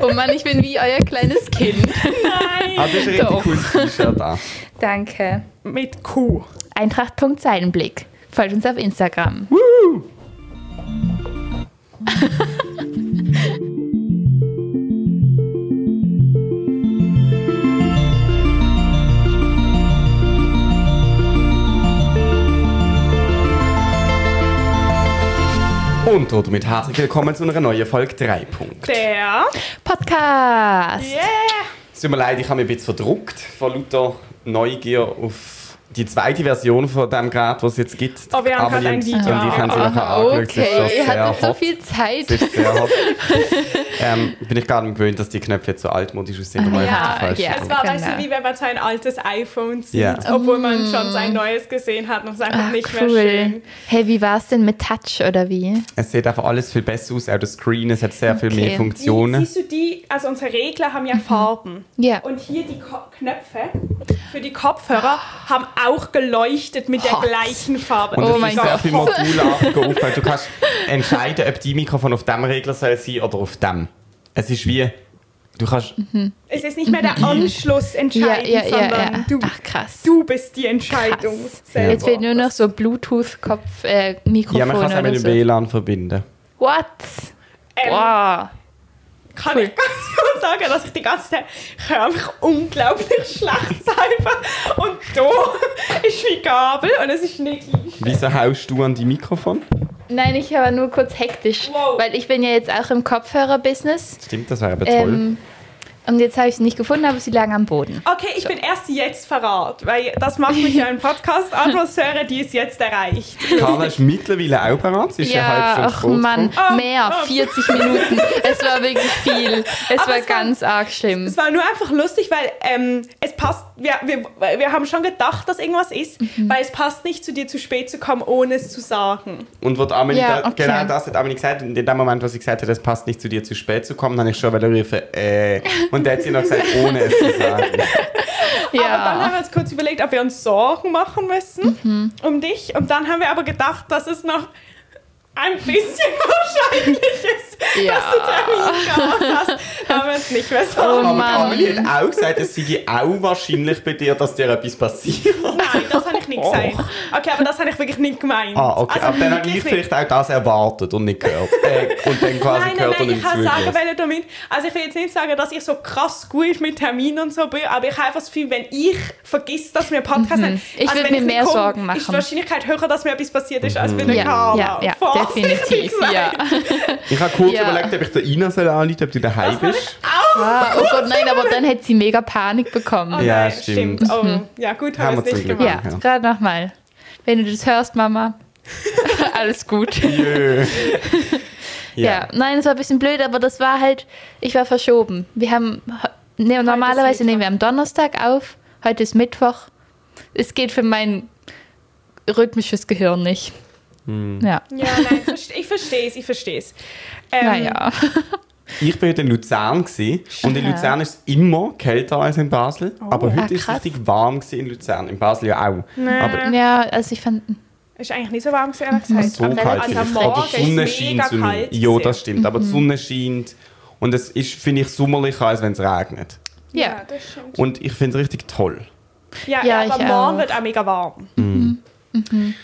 Oh Mann, ich bin wie euer kleines Kind. Ah, das ist ein richtig Doch. cooles T-Shirt an. Danke. Mit Q. Eintracht.seilenblick. Folgt uns auf Instagram. Und damit herzlich willkommen zu einer neuen Folge 3. Punkt. Der. Podcast. Yeah. Es tut mir leid, ich habe mich ein bisschen verdruckt von lauter Neugier auf die zweite Version von dem Grad, was es jetzt gibt. Oh, wir haben gerade ein Amelie Video Und ich haben sie angeguckt. nachher angeschaut. Ah, okay, Das ist ihr schon sehr hattet so hot. viel Zeit. Das ist sehr hot. ähm, bin ich gar nicht gewöhnt, dass die Knöpfe jetzt so altmodisch aussehen. aber Ja, einfach falsch ja. sind. Es war, weißt Genau. du, wie wenn man sein altes iPhone sieht, Ja. obwohl man schon sein neues gesehen hat und es einfach Mm. Ach, nicht cool. mehr schön. Hey, wie war es denn mit Touch oder wie? Es sieht einfach alles viel besser aus, auch der Screen, es hat sehr viel Okay. mehr Die, Funktionen. Siehst du die, also unsere Regler haben ja Farben. Mhm. Ja. Und hier die Ko Knöpfe für die Kopfhörer haben auch geleuchtet mit der Hot. gleichen Farbe. Und Oh es mein ist sehr Gott. viel modulartiger aufgebaut. Du kannst entscheiden, ob dein Mikrofon auf dem Regler soll sein oder auf dem. Es ist wie, du kannst Es ist nicht mehr der Anschluss entscheidend, sondern Du, Ach, krass. du bist die Entscheidung. Krass. selber. Jetzt fehlt nur noch so Bluetooth-Kopf, äh, Mikrofon ja, man kann es auch oder mit dem so. WLAN verbinden. What? Ähm, Wow. kann ich ganz kurz sagen, dass ich die ganze Zeit ich höre einfach unglaublich schlecht selber. Und da ist wie Gabel und es ist nicht lieb. Wieso haust du an die Mikrofon? Nein, ich war nur kurz hektisch, Wow. weil ich bin ja jetzt auch im Kopfhörer-Business. Stimmt, das wäre aber toll. Ähm, und jetzt habe ich sie nicht gefunden, aber sie lagen am Boden. Okay, ich bin erst jetzt verrat, weil das macht mich ja im Podcast Atmosphäre, die ist jetzt erreicht. Carla ist mittlerweile auch parat. Sie ist ja, halb ne? Ja, schon ach Mann, Oh, mehr, oh. 40 Minuten. Es war wirklich viel. Es war es war- ganz arg schlimm. Es war nur einfach lustig, weil ähm, es passt, wir, wir, wir haben schon gedacht, dass irgendwas ist, weil es passt nicht zu dir zu spät zu kommen, ohne es zu sagen. Und wird Amelie Ja, da, okay. genau das hat Amelie gesagt. Und in dem Moment, was sie gesagt hat, es passt nicht zu dir, zu spät zu kommen, dann habe ich schon wieder gerufen, äh. Und dann hat sie noch gesagt, ohne es zu sagen. Aber dann haben Ja. wir uns kurz überlegt, ob wir uns Sorgen machen müssen Mhm. um dich. Und dann haben wir aber gedacht, dass es noch ein bisschen wahrscheinlich ist, Ja. dass du Termin gehabt hast. Da haben wir uns nicht mehr Sorgen. Oh Aber Mann. Amelie hat auch gesagt, es sei auch wahrscheinlich bei dir, dass dir etwas passiert. Oh. Nein, das habe ich nicht gesagt. Okay, aber das habe ich wirklich nicht gemeint. Ah, okay. Also Aber dann habe wirklich ich nicht. vielleicht auch das erwartet und nicht gehört. Äh, und dann quasi Nein, nein, gehört nein, und ich kann nicht sagen, zugehört. weil damit. Also ich will jetzt nicht sagen, dass ich so krass gut mit Terminen und so bin, aber ich habe einfach das Gefühl, wenn ich vergesse, dass wir einen Podcast haben, Mhm. Ich also würd wenn mir nicht mehr komme, Sorgen ist die machen. Wahrscheinlichkeit höher, dass mir etwas passiert ist, Mhm. als bei der Ja, Carla. ja, ja, Fast. definitiv. Ja. Ich habe kurz Ja. überlegt, ob ich der Ina soll anrufen, ob du daheim bist. Ah, oh Gott, nein, aber dann hätte sie mega Panik bekommen. Ja, Ah, Nein, stimmt. Mhm. Oh, ja, gut, haben Haben wir es wir nicht zum Glück. gemacht. Ja, Ja. gerade nochmal. Wenn du das hörst, Mama, alles gut. Jö. Ja, nein, es war ein bisschen blöd, aber das war halt, ich war verschoben. Wir haben, ne, normalerweise nehmen wir am Donnerstag auf, heute ist Mittwoch. Es geht für mein rhythmisches Gehirn nicht. Hm. Ja, Ja, nein, verste- ich verstehe es, ich verstehe es. Ähm, naja. Ich war heute in Luzern gewesen, und in Ja. Luzern ist es immer kälter als in Basel. Oh, aber Ah, heute ist es krass. richtig warm gewesen in Luzern. In Basel ja auch. Aber Ja, also ich fand, Ist eigentlich nicht so warm, gewesen, ehrlich gesagt. so Aber kalt also am ist es. Morgen Aber ist die Sonne es mega scheint zu mir. kalt Ja, das gewesen. Mhm. stimmt. Aber die Sonne scheint. Und es ist, finde ich, sommerlicher, als wenn es regnet. ja. das stimmt. Und ich finde es richtig toll. Ja, Ja, ja, aber ich morgen auch. Mhm. wird auch mega warm. Mhm.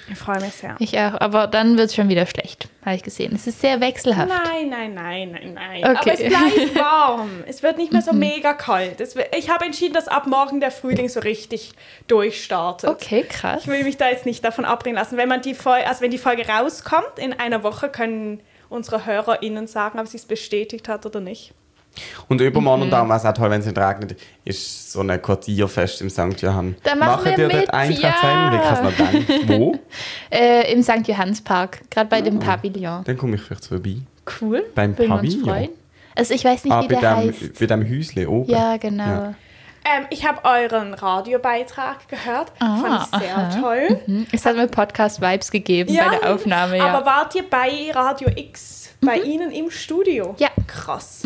Ich freue mich sehr. Ich auch, aber dann wird es schon wieder schlecht, habe ich gesehen. Es ist sehr wechselhaft. Nein, nein, nein, nein, nein. Okay. Mhm. Aber es bleibt warm. Es wird nicht mehr so mega kalt. Es, wi- ich habe entschieden, dass ab morgen der Frühling so richtig durchstartet. Okay, krass. Ich will mich da jetzt nicht davon abbringen lassen. Wenn, man die Fol also wenn die Folge rauskommt, in einer Woche können unsere HörerInnen sagen, ob sie es bestätigt hat oder nicht. Und übermorgen Mhm. und darum wäre es auch toll, wenn es nicht regnet, ist so ein Quartierfest im St. Johann. Da machen wir ihr mit, dort Eintracht ja. sein? Wie kann man denken? Wo? Äh, Im St. Johannspark, gerade bei dem Pavillon. Dann komme ich vielleicht vorbei. Cool. Oh. Beim Würden wir uns Pavillon? freuen. Also ich weiß nicht, Ah, wie bei der dem, heißt. bei dem Häusle oben. Ja, genau. Ja. Ähm, ich habe euren Radiobeitrag gehört. Ah, Fand ich sehr aha. toll. Hm, Es hat mir Podcast-Vibes gegeben bei der Aufnahme, ja. Mhm. Aber wart ihr bei Radio X, bei Ihnen im Studio? Ja. Krass.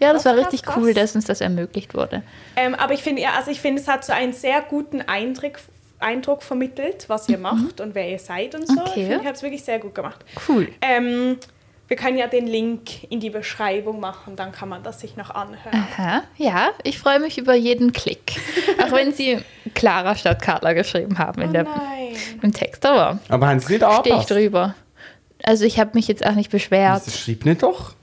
ja, das war krass, richtig krass. cool, dass uns das ermöglicht wurde. Ähm, aber ich finde, ja, also ich finde, es hat so einen sehr guten Eindruck, Eindruck vermittelt, was ihr macht und wer ihr seid und so. Mhm. Okay. Ich finde, ich habe es wirklich sehr gut gemacht. Cool. Ähm, Wir können ja den Link in die Beschreibung machen, dann kann man das sich noch anhören. Aha, ja, ich freue mich über jeden Klick. Auch wenn sie Clara statt Carla geschrieben haben Äh, in Oh der, nein. im Text, aber Aber haben sie nicht auch stehe ich drüber. Also ich habe mich jetzt auch nicht beschwert. Das schrieb nicht doch.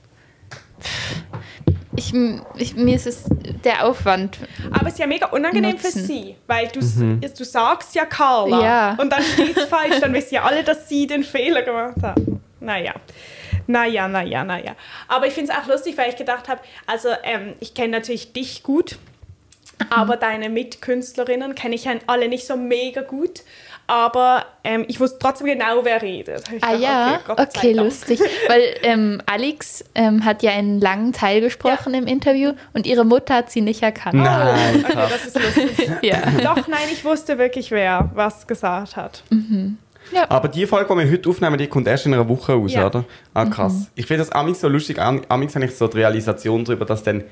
Ich, ich, mir ist es der Aufwand. Aber es ist ja mega unangenehm Nutzen. für sie, weil du, s- du sagst ja Carla Ja. und dann steht es falsch, dann wissen ja alle, dass sie den Fehler gemacht hat. Naja. Naja, naja, naja. Aber ich finde es auch lustig, weil ich gedacht habe, also ähm, ich kenne natürlich dich gut, Mhm. aber deine Mitkünstlerinnen kenne ich ja alle nicht so mega gut. Aber ähm, ich wusste trotzdem genau, wer redet. Ich Ah dachte, ja, Gott okay, sei Dank. lustig. Weil ähm, Alex ähm, hat ja einen langen Teil gesprochen im Interview und ihre Mutter hat sie nicht erkannt. Nein, Okay, krass. das ist lustig. Ja. Doch, nein, ich wusste wirklich, wer was gesagt hat. Aber die Folge, die wir heute aufnehmen, die kommt erst in einer Woche raus, Ja. oder? Ah, Mhm. krass. Ich finde das amix so lustig. Am- Amix habe ich so die Realisation darüber, dass dann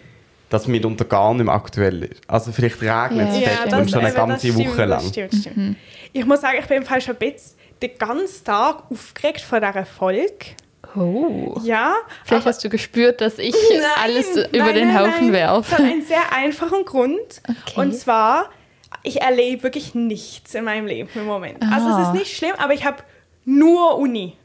das mitunter gar nicht mehr aktuell ist. Also vielleicht regnet es Ja. fett das- und schon eine eben, das ganze Woche lang. also, Das stimmt, das stimmt. Ich muss sagen, ich bin im Fall schon ein bisschen den ganzen Tag aufgeregt von dieser Folge. Oh. Ja. Vielleicht aber- hast du gespürt, dass ich Nein, alles nein, über den nein, Haufen nein. Es hat werfe. einen sehr einfachen Grund. Okay. Und zwar, ich erlebe wirklich nichts in meinem Leben im Moment. Also es Ah. ist nicht schlimm, aber ich habe nur Uni.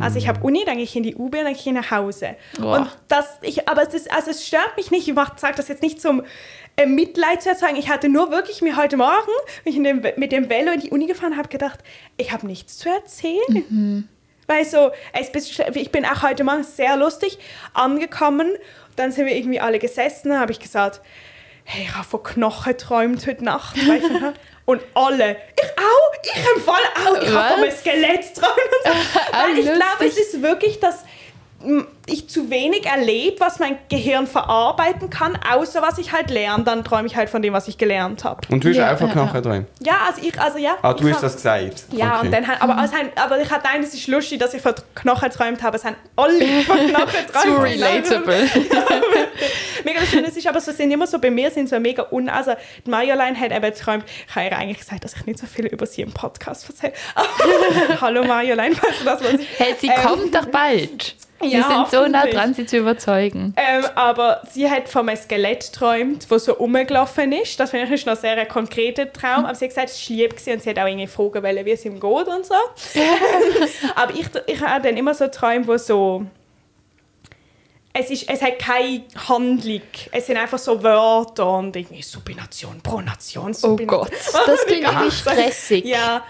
Also ich habe Uni, dann gehe ich in die U-Bahn, dann gehe ich nach Hause. Mhm. Boah. Und das, ich, aber es, ist, also es stört mich nicht. Ich sage das jetzt nicht zum äh, Mitleid zu erzeugen. Ich hatte nur wirklich mir heute Morgen, wenn ich in dem, mit dem Velo in die Uni gefahren habe, gedacht, ich habe nichts zu erzählen. Weil so, es bist, ich bin auch heute Morgen sehr lustig angekommen. Dann sind wir irgendwie alle gesessen, dann habe ich gesagt, hey, ich habe von Knochen geträumt heute Nacht. Weißt du, und alle, ich auch, ich im Fall auch, ich habe von meinem Was? Skelett geträumt. Und so. Ah, Weil ich glaube, es lustig. ist wirklich, dass mm, ich zu wenig erlebe, was mein Gehirn verarbeiten kann, außer was ich halt lerne. Dann träume ich halt von dem, was ich gelernt habe. Und du hast Ja, einfach ja, Knochen ja. drin. Ja, also ich, also ja. Ah, du ich hast hab- das gesagt. ja, Okay. und dann halt, aber, Mhm. also, halt- aber ich hatte eigentlich, es ist lustig, dass ich von Knochen geträumt habe. Es haben alle von Knochen Zu geträumt. relatable. Mega schön, es ist aber so, sind immer so, bei mir sind so mega un... Also, die Marjolein hat eben geträumt, ich habe ihr eigentlich gesagt, dass ich nicht so viel über sie im Podcast erzähle. Hallo Marjolein, falls du das los Hey, sie Ähm, kommt doch bald. Wir ja, sind so nah hoffentlich. dran, sie zu überzeugen. Ähm, aber sie hat von einem Skelett geträumt, das so rumgelaufen ist. Das finde ich ist noch sehr ein konkreter Traum. Aber sie hat gesagt, es war lieb gewesen und sie hat auch irgendwie fragen wollen, wie es ihm geht und so. aber ich, ich habe dann immer so Träume, wo so... Es, ist, es hat keine Handlung. Es sind einfach so Wörter und irgendwie Subination, Pronation, Oh Subination. Gott, das klingt irgendwie stressig. Ja,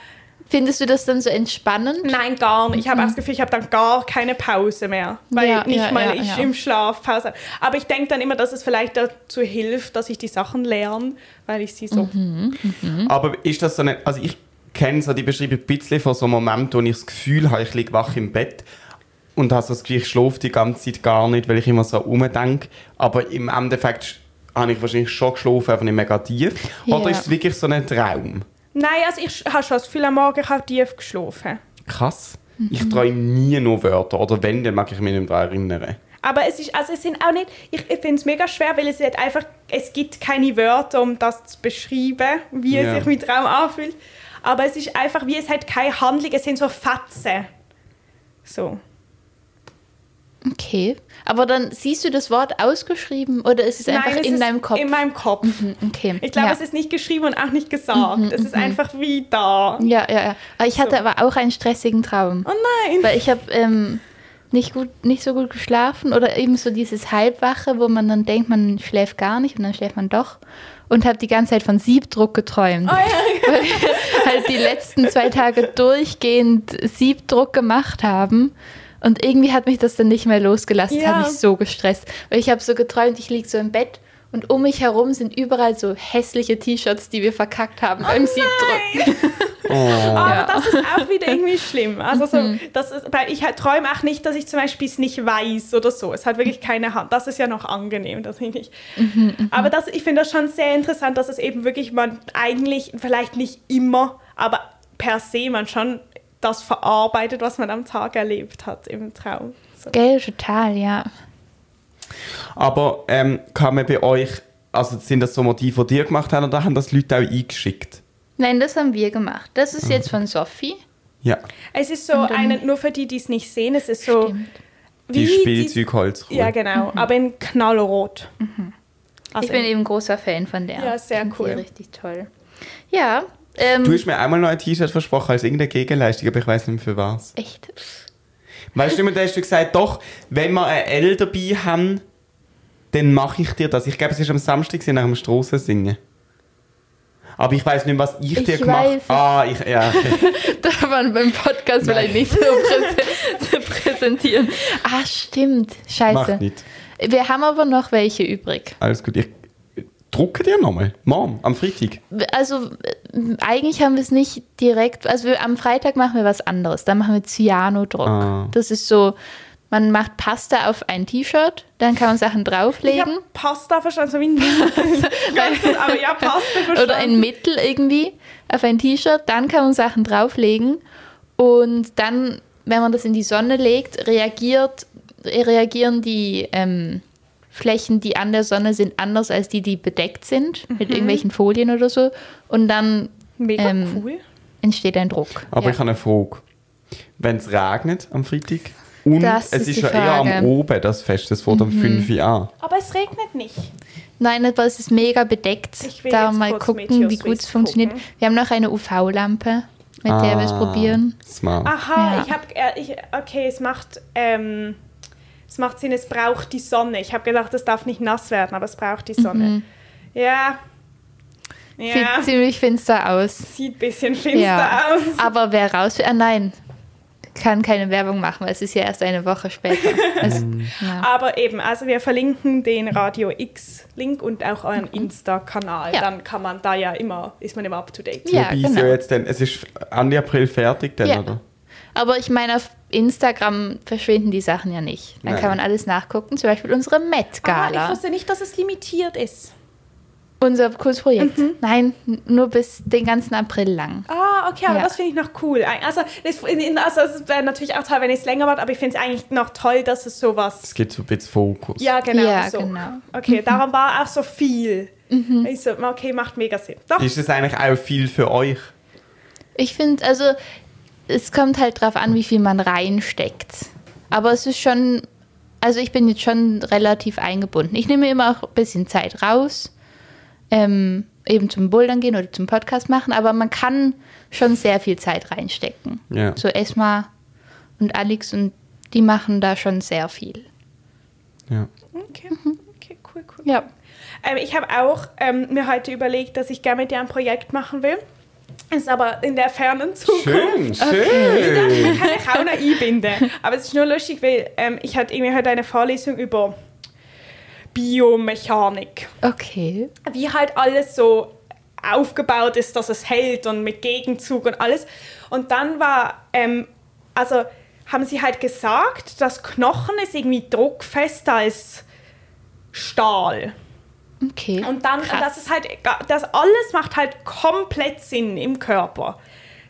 Findest du das dann so entspannend? Nein, gar nicht. Ich habe auch das Gefühl, ich habe dann gar keine Pause mehr. Weil Mhm. Ja, nicht ja, mal ja, ich ja. im Schlaf Pause habe. Aber ich denke dann immer, dass es vielleicht dazu hilft, dass ich die Sachen lerne, weil ich sie so. Mhm. Aber ist das so eine. Also ich kenne so die Beschreibung ein bisschen von so einem Moment, wo ich das Gefühl habe, ich liege wach im Bett und habe so das Gefühl, ich schlafe die ganze Zeit gar nicht, weil ich immer so rumdenke. Aber im Endeffekt sch- habe ich wahrscheinlich schon geschlafen, einfach nicht mega tief. Oder Ja. ist es wirklich so ein Traum? Nein, also ich sch- habe schon das Gefühl, am Morgen ich habe tief geschlafen. Krass. Ich träume nie nur Wörter. Oder wenn, dann mag ich mich nicht daran erinnern. Aber es ist, also es sind auch nicht, ich, ich finde es mega schwer, weil es halt einfach, es gibt keine Wörter, um das zu beschreiben, wie Ja. sich mein Traum anfühlt. Aber es ist einfach, wie es hat keine Handlung, es sind so Fetzen. So. Okay. Aber dann siehst du das Wort ausgeschrieben oder ist es einfach es in ist deinem Kopf? Hm, In meinem Kopf. okay. Ich glaube, ja. es ist nicht geschrieben und auch nicht gesagt. es ist einfach wie da. Ja, ja, ja. Aber ich hatte aber auch einen stressigen Traum. Oh nein. Weil ich habe ähm, nicht, gut, nicht so gut geschlafen oder eben so dieses Halbwache, wo man dann denkt, man schläft gar nicht und dann schläft man doch. Und habe die ganze Zeit von Siebdruck geträumt. Oh ja. halt die letzten zwei Tage durchgehend Siebdruck gemacht haben. Und irgendwie hat mich das dann nicht mehr losgelassen. Das Ja. hat mich so gestresst. Weil ich habe so geträumt, ich liege so im Bett und um mich herum sind überall so hässliche T-Shirts, die wir verkackt haben Oh beim Siebdruck. Aber Ja. das ist auch wieder irgendwie schlimm. Also so, das ist, weil ich halt träume auch nicht, dass ich zum Beispiel es nicht weiß oder so. Es hat wirklich keine Hand. Das ist ja noch angenehm, das finde ich. aber das, ich finde das schon sehr interessant, dass es eben wirklich man eigentlich vielleicht nicht immer, aber per se man schon das verarbeitet, was man am Tag erlebt hat im Traum. So. Gell, total, ja. Aber ähm, kann man bei euch. Also sind das so Motive, die ihr gemacht habt, oder haben das Leute auch eingeschickt? Nein, das haben wir gemacht. Das ist jetzt von Sophie. Ja. Es ist so eine, nur für die, die es nicht sehen, es ist so Wie die Spielzeugholz. Ja, genau, aber in knallrot. Also Ich bin eben großer Fan von der. Ja, sehr Find die cool. Richtig toll. Ja, ähm, Du hast mir einmal noch ein T-Shirt versprochen als irgendeine Gegenleistung, aber ich weiß nicht mehr für was. echt. Weißt du nicht mehr, da hast du gesagt, doch, wenn wir ein L dabei haben, dann mache ich dir das. Ich glaube, es ist am Samstag gewesen, nach dem Strassensingen. Aber ich weiß nicht, was ich, Ich dir gemacht habe. weiss. Ah, ich, ja, okay. Da waren beim Podcast Nein. vielleicht nicht so präse- zu präsentieren. Ah, stimmt. Scheiße. macht nicht. Wir haben aber noch welche übrig. Alles gut. Ich drucke dir nochmal. Morgen, am Freitag. Also äh, eigentlich haben wir es nicht direkt, also wir, am Freitag machen wir was anderes. Da machen wir Cyanodruck. Ah. Das ist so, man macht Pasta auf ein T-Shirt, dann kann man Sachen ich drauflegen. habe Pasta verstanden, so wie Nudeln. aber ja, Pasta verstanden. oder ein Mittel irgendwie auf ein T-Shirt, dann kann man Sachen drauflegen und dann, wenn man das in die Sonne legt, reagiert, reagieren die ähm, Flächen, die an der Sonne sind, anders als die, die bedeckt sind mit irgendwelchen Folien oder so und dann Mhm. Mega ähm, cool. entsteht ein Druck. Aber Ja. ich habe eine Frage. Wenn es regnet am Freitag und Das es ist ist die ja eher am Frage. Mhm. Oben, das Fest, das fährt um 5 Uhr an. Aber es regnet nicht. Nein, aber es ist mega bedeckt. Ich will da jetzt mal kurz gucken, wie gut Meteos es funktioniert. gucken. Wir haben noch eine UV-Lampe, mit der wir es Ah, probieren. Smart. Aha, Ja. ich habe, äh, ich, okay, es macht, ähm, es macht Sinn, es braucht die Sonne. Ich habe gedacht, es darf nicht nass werden, aber es braucht die Sonne. Ja. Ja, Mhm. Sieht ziemlich finster aus. sieht ein bisschen finster aus. Aber wer raus will, ah nein, kann keine Werbung machen, weil es ist ja erst eine Woche später. Es, Mhm. ja. Aber eben, also wir verlinken den Radio X-Link und auch euren Insta-Kanal. Mhm. Ja. Dann kann man da ja immer, ist man immer up to date. Ja, Wobei genau. so jetzt dann, es ist Ende April fertig dann, Ja. oder? Aber ich meine, auf Instagram verschwinden die Sachen ja nicht. Dann Nein. kann man alles nachgucken, zum Beispiel unsere Aber Ah, ich Met-Gala. wusste nicht, dass es limitiert ist. Unser Kunstprojekt. Mhm. Nein, n- nur bis den ganzen April lang. Ah, okay, aber Ja. das finde ich noch cool. Ein- Also, das, also es wäre natürlich auch toll, wenn es länger wird, aber ich finde es eigentlich noch toll, dass es sowas. Es gibt so ein bisschen Fokus. Ja, genau. Ja, so. genau. Mhm. Okay, darum war auch so viel. Ich so, okay, macht mega Sinn. Doch, Ist das eigentlich auch viel für euch? Ich finde, also es kommt halt drauf an, wie viel man reinsteckt. Aber es ist schon, also ich bin jetzt schon relativ eingebunden. Ich nehme mir immer auch ein bisschen Zeit raus, ähm, eben zum Bouldern gehen oder zum Podcast machen, aber man kann schon sehr viel Zeit reinstecken. Ja. So Esma und Alex und die machen da schon sehr viel. Ja. okay, Mhm. okay, cool, cool. Ja. Ähm, ich habe auch ähm, mir heute überlegt, dass ich gerne mit dir ein Projekt machen will. Ist aber in der fernen Zukunft. Schön, schön. kann ich auch noch einbinden. Aber es ist nur lustig, weil ähm, ich hatte irgendwie heute eine Vorlesung über Biomechanik. Okay. Wie halt alles so aufgebaut ist, dass es hält und mit Gegenzug und alles. Und dann war, ähm, also haben sie halt gesagt, dass Knochen ist irgendwie druckfester als Stahl. Okay. Und dann, Krass. das ist halt, das alles macht halt komplett Sinn im Körper.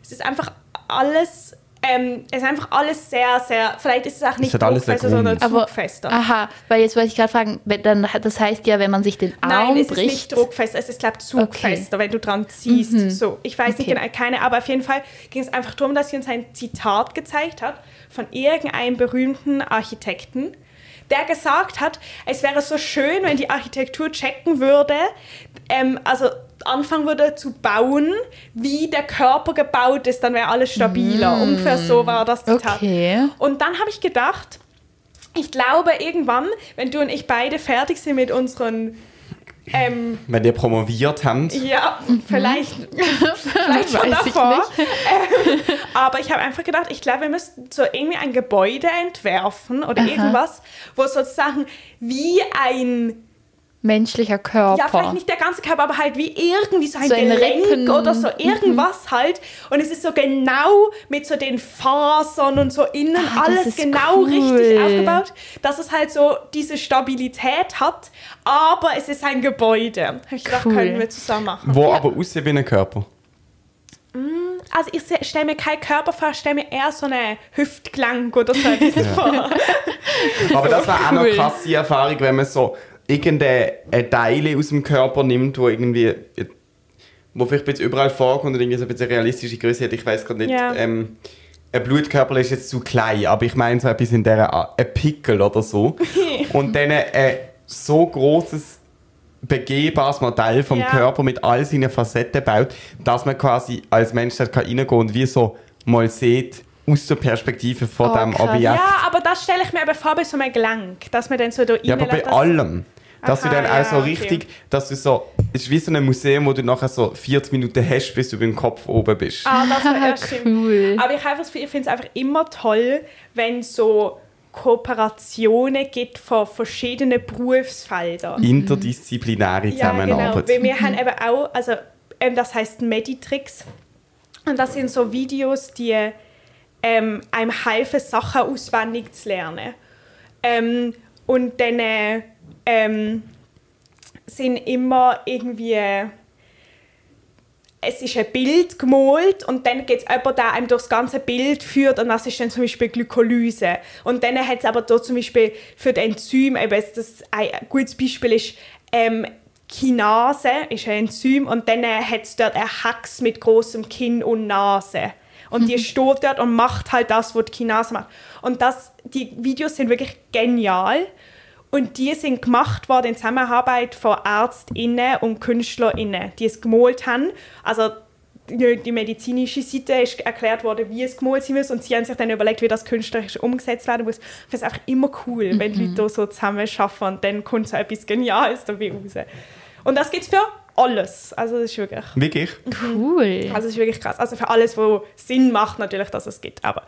Es ist einfach alles, ähm, es ist einfach alles sehr, sehr, vielleicht ist es auch nicht hat alles einen druckfester, sondern Grund. zugfester. Aha, weil jetzt wollte ich gerade fragen, wenn dann, das heißt ja, wenn man sich den Arm Nein, es ist bricht. Mhm. nicht druckfest, es ist, glaube ich, zugfester, wenn du dran ziehst. So, ich weiß nicht Okay. genau, keine, aber auf jeden Fall ging es einfach darum, dass sie uns ein Zitat gezeigt hat von irgendeinem berühmten Architekten, der gesagt hat, es wäre so schön, wenn die Architektur checken würde, ähm, also anfangen würde zu bauen, wie der Körper gebaut ist, dann wäre alles stabiler. Ungefähr Mm. so war das Zitat. Okay. Und dann habe ich gedacht, ich glaube, irgendwann, wenn du und ich beide fertig sind mit unseren ähm, Wenn ihr promoviert habt, ja, vielleicht, vielleicht schon Mhm. Weiß ich davor. Ähm, aber ich habe einfach gedacht, ich glaube, wir müssten so irgendwie ein Gebäude entwerfen oder irgendwas, wo sozusagen wie ein, menschlicher Körper. ja, vielleicht nicht der ganze Körper, aber halt wie irgendwie so ein So ein Mhm. Gelenk Rippen- oder so irgendwas halt. Und es ist so genau mit so den Fasern und so innen Ah, das alles ist genau cool. richtig aufgebaut, dass es halt so diese Stabilität hat, aber es ist ein Gebäude. Hab Ich gedacht, Cool. können wir zusammen machen. wo aber aussieht wie ein Körper. Also ich stelle mir keinen Körper vor, ich stelle mir eher so einen Hüftklang oder so etwas vor. Aber das war auch noch Cool. eine krasse Erfahrung, wenn man so irgendeine eine Teile aus dem Körper nimmt, wo irgendwie wo vielleicht ein bisschen überall vorkommt und irgendwie so ein bisschen realistische Größe hat. Ich weiß gerade nicht. Ja. Ähm, ein Blutkörper ist jetzt zu klein, aber ich meine so etwas in dieser Art, ein Pickel oder so. Und dann ein so großes begehbares Modell vom Ja. Körper mit all seinen Facetten baut, dass man quasi als Mensch da kann reingehen und wie so mal sieht, aus der Perspektive von Oh, dem krass. Objekt. Ja, aber das stelle ich mir eben vor bei so einem Gelenk, dass man dann so da Ja, aber bei reinlässt, dass- allem. Dass Aha, du dann auch ja, so okay. richtig, dass du so, es ist wie so ein Museum, wo du nachher so 40 Minuten hast, bis du beim Kopf oben bist. Ah, das war ja stimmt. Cool. Aber ich, einfach- ich finde es einfach immer toll, wenn so Kooperationen gibt von verschiedenen Berufsfeldern. Interdisziplinäre genau. Zusammenarbeit. Weil wir haben eben auch, also ähm, das heißt Meditricks. Und das sind so Videos, die ähm, einem helfen, Sachen auswendig zu lernen. Ähm, und dann äh, ähm, sind immer irgendwie. es ist ein Bild gemalt und dann gibt es jemanden, der einem durchs ganze Bild führt und das ist dann zum Beispiel Glykolyse. Und dann hat es aber da zum Beispiel für das Enzym, eben das- das ein gutes Beispiel ist ähm, Kinase, ist ein Enzym und dann hat es dort eine Hex mit großem Kinn und Nase. Und die steht dort und macht halt das, was die Kinase macht. Und das, die Videos sind wirklich genial. Und die sind gemacht worden in Zusammenarbeit von ÄrztInnen und KünstlerInnen, die es gemalt haben. Also die die medizinische Seite ist erklärt worden, wie es gemalt sein muss und sie haben sich dann überlegt, wie das künstlerisch umgesetzt werden muss. Ich finde es einfach immer cool, wenn die Leute da so zusammen schaffen und dann kommt so etwas Geniales dabei raus. Und das gibt es für alles. Also das ist wirklich... Wirklich? Cool. Also es ist wirklich krass. Also für alles, wo Sinn macht, natürlich, dass es gibt. Aber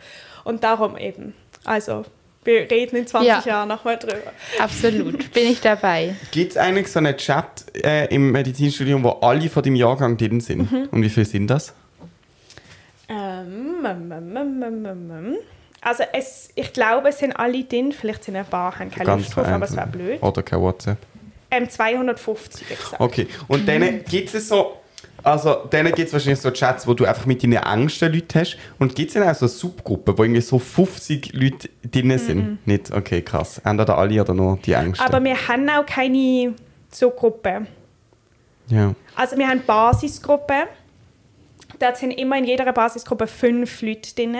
und darum eben. Also wir reden in 20 Ja. Jahren nochmal drüber. Absolut. Bin ich dabei. Gibt es eigentlich so einen Chat äh, im Medizinstudium, wo alle von dem Jahrgang drin sind? Mhm. Und wie viele sind das? Ähm, ähm, ähm, ähm, ähm, ähm, ähm. Also es, ich glaube, es sind alle drin. Vielleicht sind ein paar, haben keine Lust drauf, aber es wäre vereinzelt. blöd. Oder kein WhatsApp. Ähm, 250 exakt. Okay. Und dann gibt es so. Also, denen gibt es wahrscheinlich so Chats, wo du einfach mit deinen engsten Leuten hast. Und gibt es dann auch so Subgruppen, wo irgendwie so 50 Leute drin sind? Nicht? Okay, krass. Entweder alle oder nur die engsten. Mhm. Aber wir haben auch keine so Gruppe. ja. Also wir haben Basisgruppen. Dort sind immer in jeder Basisgruppe fünf Leute drin.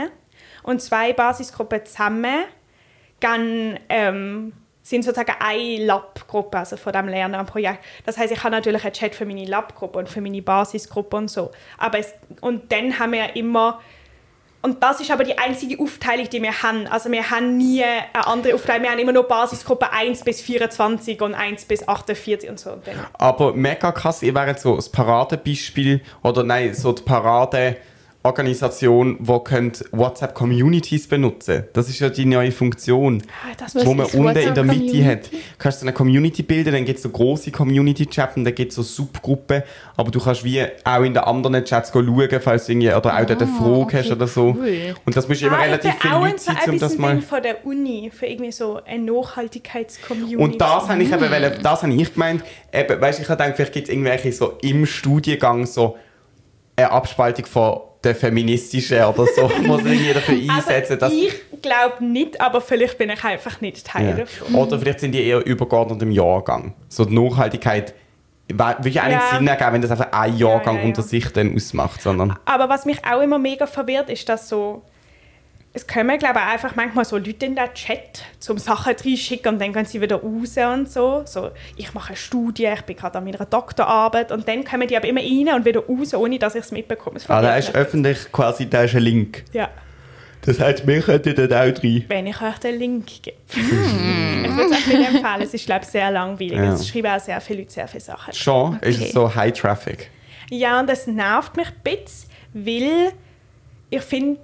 Und zwei Basisgruppen zusammen gehen, ähm, sind sozusagen eine Lab-Gruppe, also von dem Lernen am Projekt. Das heißt, ich habe natürlich einen Chat für meine Lab-Gruppe und für meine Basisgruppe und so. Aber es, und dann haben wir immer und das ist aber die einzige Aufteilung, die wir haben. Also wir haben nie eine andere Aufteilung. Wir haben immer nur Basisgruppe 1 bis 24 und 1 bis 48 und so. Und dann Aber mega krass, ihr wäret so das Paradebeispiel oder nein, so die Paradeorganisation, wo könnt WhatsApp Communities benutzen. Das ist ja die neue Funktion, Ah, das Was wo man ist unten in der WhatsApp Mitte hat. Du kannst so eine Community bilden, dann gibt es so große Community-Chats und dann gibt es so Subgruppen, aber du kannst wie auch in den anderen Chats go schauen, falls du irgendwie oder auch dort eine Frage okay, hast oder so. cool. Und das musst du immer Ah, ich relativ bin viel auch Leute in so sein, um etwas das im mal... Ding von der Uni, für irgendwie so eine Nachhaltigkeitscommunity. Und das habe ich eben, wollen- das habe ich gemeint, eben, weißt, ich habe gedacht, vielleicht gibt es irgendwelche so im Studiengang so eine Abspaltung von der feministischen oder so, muss sich jeder für einsetzen. dass, also, ich glaube nicht, aber vielleicht bin ich einfach nicht Teil ja. davon. Oder vielleicht sind die eher übergeordnet im Jahrgang. So die Nachhaltigkeit wa- würde ja eigentlich Ja. Sinn ergeben, wenn das einfach ein Jahrgang ja, ja. unter sich dann ausmacht, sondern Aber was mich auch immer mega verwirrt, ist, dass so. Es kommen, glaube ich, einfach manchmal so Leute in den Chat, zum Sachen reinschicken und dann gehen sie wieder raus und so. So, ich mache eine Studie, ich bin gerade an meiner Doktorarbeit und dann kommen die aber immer rein und wieder raus, ohne dass ich es mitbekomme. Das ah, da verwirrt ist mich. öffentlich quasi, da ist ein Link. Ja. Das heißt, wir könnten dort auch rein. wenn ich euch den Link gebe. Ich würde es euch nicht empfehlen, es ist glaube ich sehr langweilig. Ja. Es schreiben auch sehr viele Leute sehr viele Sachen. Schon ist es Okay. so High Traffic. Ja, und das nervt mich ein bisschen, weil ich finde,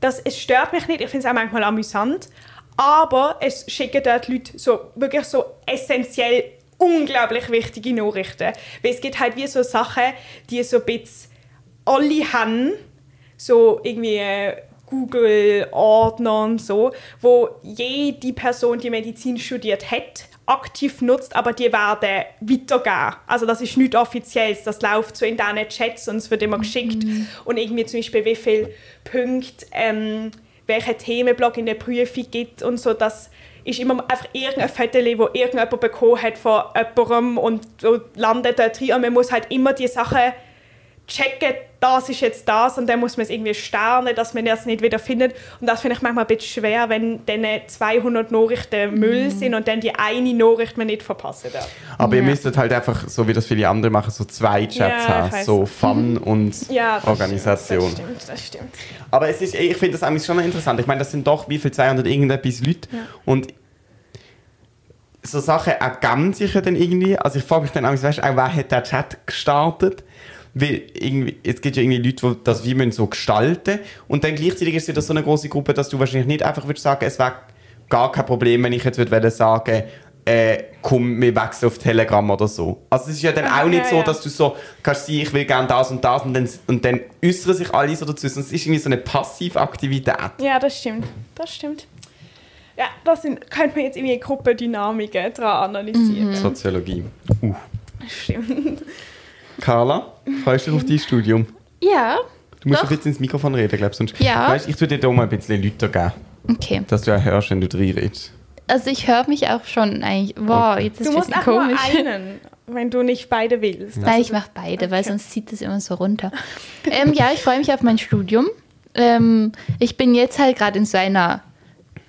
das, es stört mich nicht, ich finde es auch manchmal amüsant, aber es schicken dort Leute so, wirklich so essentiell unglaublich wichtige Nachrichten. Weil es gibt halt wie so Sachen, die so ein bisschen alle haben, so irgendwie äh, Google, Ordner und so, wo jede Person, die Medizin studiert hat, aktiv nutzt, aber die werden weitergehen. Also das ist nichts Offizielles, das läuft so in diesen Chats und es wird immer geschickt. Und irgendwie zum Beispiel, wie viele Punkte, ähm, welcher Themenblock in der Prüfung gibt und so, das ist immer einfach irgendein Viertel, wo irgendjemand bekommen hat von jemandem und, und landet da drin und man muss halt immer die Sachen checken, das ist jetzt das und dann muss man es irgendwie starren, dass man das nicht wieder findet. Und das finde ich manchmal ein bisschen schwer, wenn dann 200 Nachrichten Müll sind und dann die eine Nachricht man nicht verpassen darf. Aber ihr Ja. müsstet halt einfach, so wie das viele andere machen, so zwei Chats Ja, ich haben. weiss. Mhm. So Fun und Ja, das Organisation. Stimmt, das stimmt, das stimmt. Aber es ist, ich finde das eigentlich schon noch interessant. Ich meine, das sind doch wie viel 200 irgendetwas Leute. Und so Sachen ergänzen sich ja dann irgendwie. Also ich frage mich dann auch, weißt du, auch wer hat den Chat gestartet? Weil irgendwie, es gibt ja irgendwie Leute, die das wie müssen so gestalten Und dann gleichzeitig ist es wieder so eine große Gruppe, dass du wahrscheinlich nicht einfach würdest sagen, es wäre gar kein Problem, wenn ich jetzt würde wollen sagen, äh, komm, wir wechseln auf Telegram oder so. Also es ist ja dann Ah, auch nicht ja, so, ja. dass du so kannst sagen, ich will gerne das und das und dann, und dann äußern sich alle so dazu. Sondern Es ist irgendwie so eine Passivaktivität. Ja, das stimmt. Das stimmt. Ja, das sind, könnte man jetzt irgendwie Gruppendynamiken dran analysieren. Mhm. Soziologie. Uh. Stimmt. Carla, freust du dich auf dein Studium? Ja. Du musst Doch. doch jetzt ins Mikrofon reden, glaubst du? Sonst, Ja. Weißt, ich tue dir da mal ein bisschen Lüter geben, Okay. dass du auch hörst, wenn du drin redest. Also ich höre mich auch schon eigentlich. Wow, jetzt ist Du es musst bisschen auch komisch. nur einen, wenn du nicht beide willst. Nein, ich mache beide, weil sonst zieht es immer so runter. Ähm, ja, ich freue mich auf mein Studium. Ähm, ich bin jetzt halt gerade in so einer,